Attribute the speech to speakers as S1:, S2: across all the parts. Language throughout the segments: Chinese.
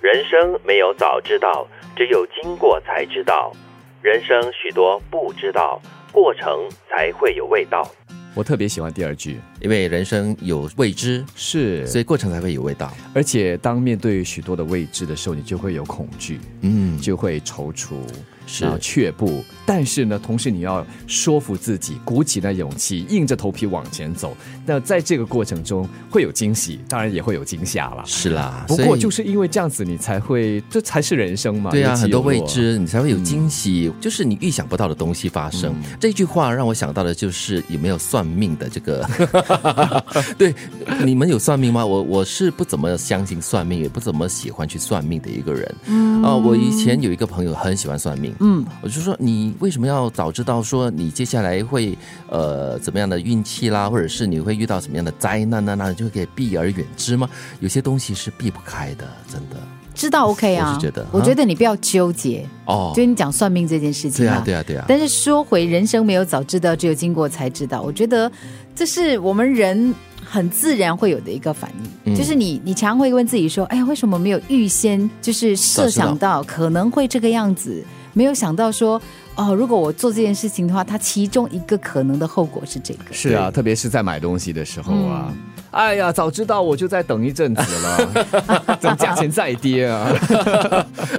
S1: 人生没有早知道，只有经过才知道。人生许多不知道，过程才会有味道。
S2: 我特别喜欢第二句，
S3: 因为人生有未知，
S2: 是，
S3: 所以过程才会有味道。
S2: 而且当面对许多的未知的时候，你就会有恐惧，
S3: 嗯，
S2: 就会踌躇，
S3: 是
S2: 然后却步。但是呢，同时你要说服自己，鼓起那勇气，硬着头皮往前走。那在这个过程中会有惊喜，当然也会有惊吓了。
S3: 是啦。
S2: 不
S3: 所
S2: 过
S3: 以
S2: 就是因为这样子，你才会，这才是人生嘛。
S3: 对啊，
S2: 有起
S3: 很多
S2: 有
S3: 未
S2: 落。
S3: 知，你才会有嗯惊喜，就是你预想不到的东西发生。这句话让我想到的就是有没有算命的这个， 对，你们有算命吗？我我是不怎么相信算命，也不怎么喜欢去算命的一个人。嗯，啊、我以前有一个朋友很喜欢算命，嗯，我就说你为什么要早知道说你接下来会呃怎么样的运气啦，或者是你会遇到什么样的灾难呢？那你就可以避而远之吗？有些东西是避不开的，真的。
S4: 知道 OK 啊？
S3: 嗯我是觉得
S4: 我觉得你不要纠结，
S3: 哦，
S4: 就你讲算命这件事情
S3: 对啊，对啊，对啊。
S4: 但是说回人生没有早知道，只有经过才知道。我觉得这是我们人很自然会有的一个反应，
S3: 嗯
S4: 就是你你常会问自己说：“哎呀，为什么没有预先就是设想到可能会这个样子？没有想到说哦，如果我做这件事情的话，它其中一个可能的后果是这个。”
S2: 是啊，特别是在买东西的时候啊，
S3: 嗯
S2: 哎呀，早知道我就再等一阵子了， 等价钱再跌啊。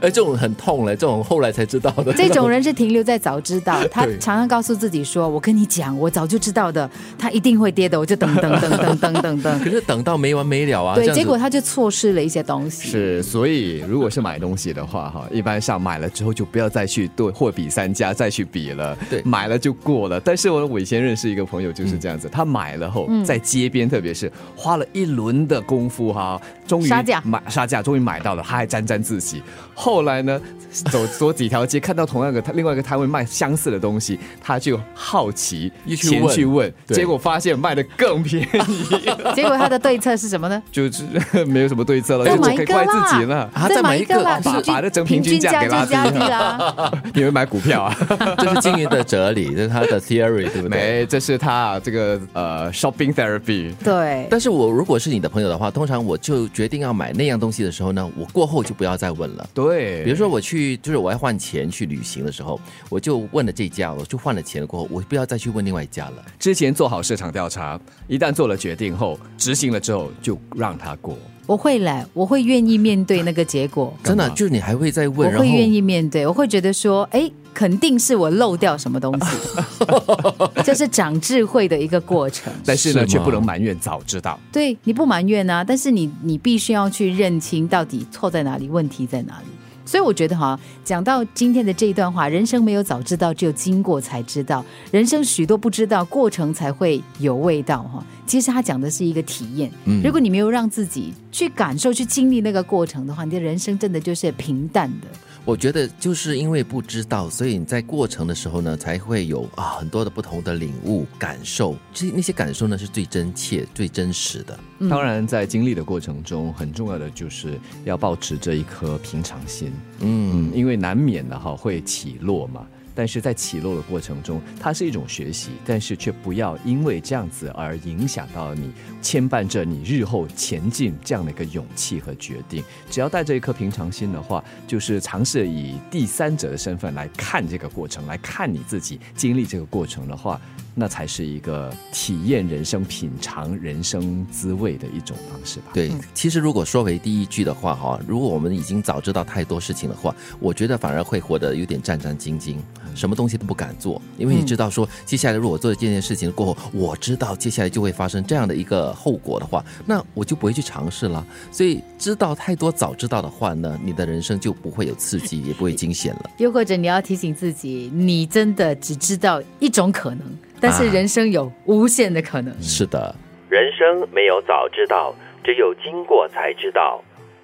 S3: 哎，这种很痛嘞，这种后来才知道 的。
S4: 这种人是停留在早知道，他
S3: 对
S4: 常常告诉自己说：“我跟你讲，我早就知道的，他一定会跌的，我就等等等等等 等等。
S3: 可是等到没完没了啊！这
S4: 对，
S3: 样子
S4: 结果他就错失了一些东西。
S2: 是，所以如果是买东西的话，哈，一般上买了之后就不要再去对货比三家再去比了，
S3: 对
S2: 买了就过了。但是我我以前认识一个朋友就是这样子，他买了后、
S4: 嗯
S2: 在街边，特别是花了一轮的功夫哈，终于
S4: 杀价
S2: 买杀价，终于买到了，他还沾沾自喜。后来呢，走 走几条街，看到同样的另外一个摊位卖相似的东西，他就好奇
S3: 又去
S2: 前
S3: 问
S2: 去问，
S3: 对
S2: 结果发现卖的更便宜，
S4: 结果他的对策是什么 呢？
S2: 就是没有哎什么对策了，
S4: 再
S2: 就
S4: 买
S2: 只
S4: 一
S2: 可以
S4: 个
S2: 怪
S4: 啦，
S2: 自己了。
S3: 啊
S4: 再
S3: 再
S4: 买
S3: 买
S4: 一
S3: 一
S4: 个
S3: 个
S4: 啦，
S3: 把
S4: 平均
S2: 把这整平均价
S4: 价
S2: 给拉
S4: 就
S2: 低
S4: 加 低啦。
S2: 你们买股票啊？
S3: 这是经营的哲理， 这是他的 theory，对不 对？
S2: 没，这是他啊这个呃 shopping therapy。
S4: 对，
S3: 但是我如果是你的朋友的话，通常我就决定要买那样东西的时候呢，我过后就不要再问了。
S2: 对，
S3: 比如说我去，就是我要换钱去旅行的时候，我就问了这家，我就换了钱过后，我不要再去问另外一家了。
S2: 之前做好市场调查，一旦做了决定后，执行了之后就让他过。
S4: 我会来，我会愿意面对那个结果，
S3: 真的，就是你还会再
S4: 我
S3: 问，然后
S4: 会愿意面对，我会觉得说，哎，肯定是我漏掉什么东 西，这是长智慧的一个过程。
S2: 但是呢，
S3: 是吗
S2: 却不能埋怨早知道。
S4: 对你不埋怨啊，但是你你必须要去认清到底错在哪里，问题在哪里。所以我觉得哈，讲到今天的这一段话，人生没有早知道，只有经过才知道。人生许多不知道，过程才会有味道哈。其实他讲的是一个体验，如果你没有让自己去感受、去经历那个过程的话，你的人生真的就是平淡的。
S3: 我觉得就是因为不知道，所以你在过程的时候呢，才会有啊很多的不同的领悟、感受。这那些感受呢，是最真切、最真实的。
S2: 当然，在经历的过程中，很重要的就是要保持这一颗平常心。嗯，因为难免的哈会起落嘛。但是在起落的过程中，它是一种学习，但是却不要因为这样子而影响到你，牵绊着你日后前进这样的一个勇气和决定。只要带着一颗平常心的话，就是尝试以第三者的身份来看这个过程，来看你自己经历这个过程的话，那才是一个体验人生、品尝人生滋味的一种方式吧。
S3: 对，其实如果说回第一句的话哈，如果我们已经早知道太多事情的话，我觉得反而会活得有点战战兢兢，什么东西都不敢做，因为你知道说，接下来如果做这件事情过后，我知道接下来就会发生这样的一个后果的话，那我就不会去尝试了。所以知道太多早知道的话呢，你的人生就不会有刺激，也不会惊险了。
S4: 又或者你要提醒自己，你真的只知道一种可能，但是
S3: 啊
S4: 人生有无限的可能。
S3: 是的。
S1: 人生没有早知道，只有经过才知道。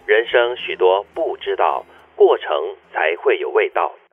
S1: 人生许多不知道，过程才会有味道。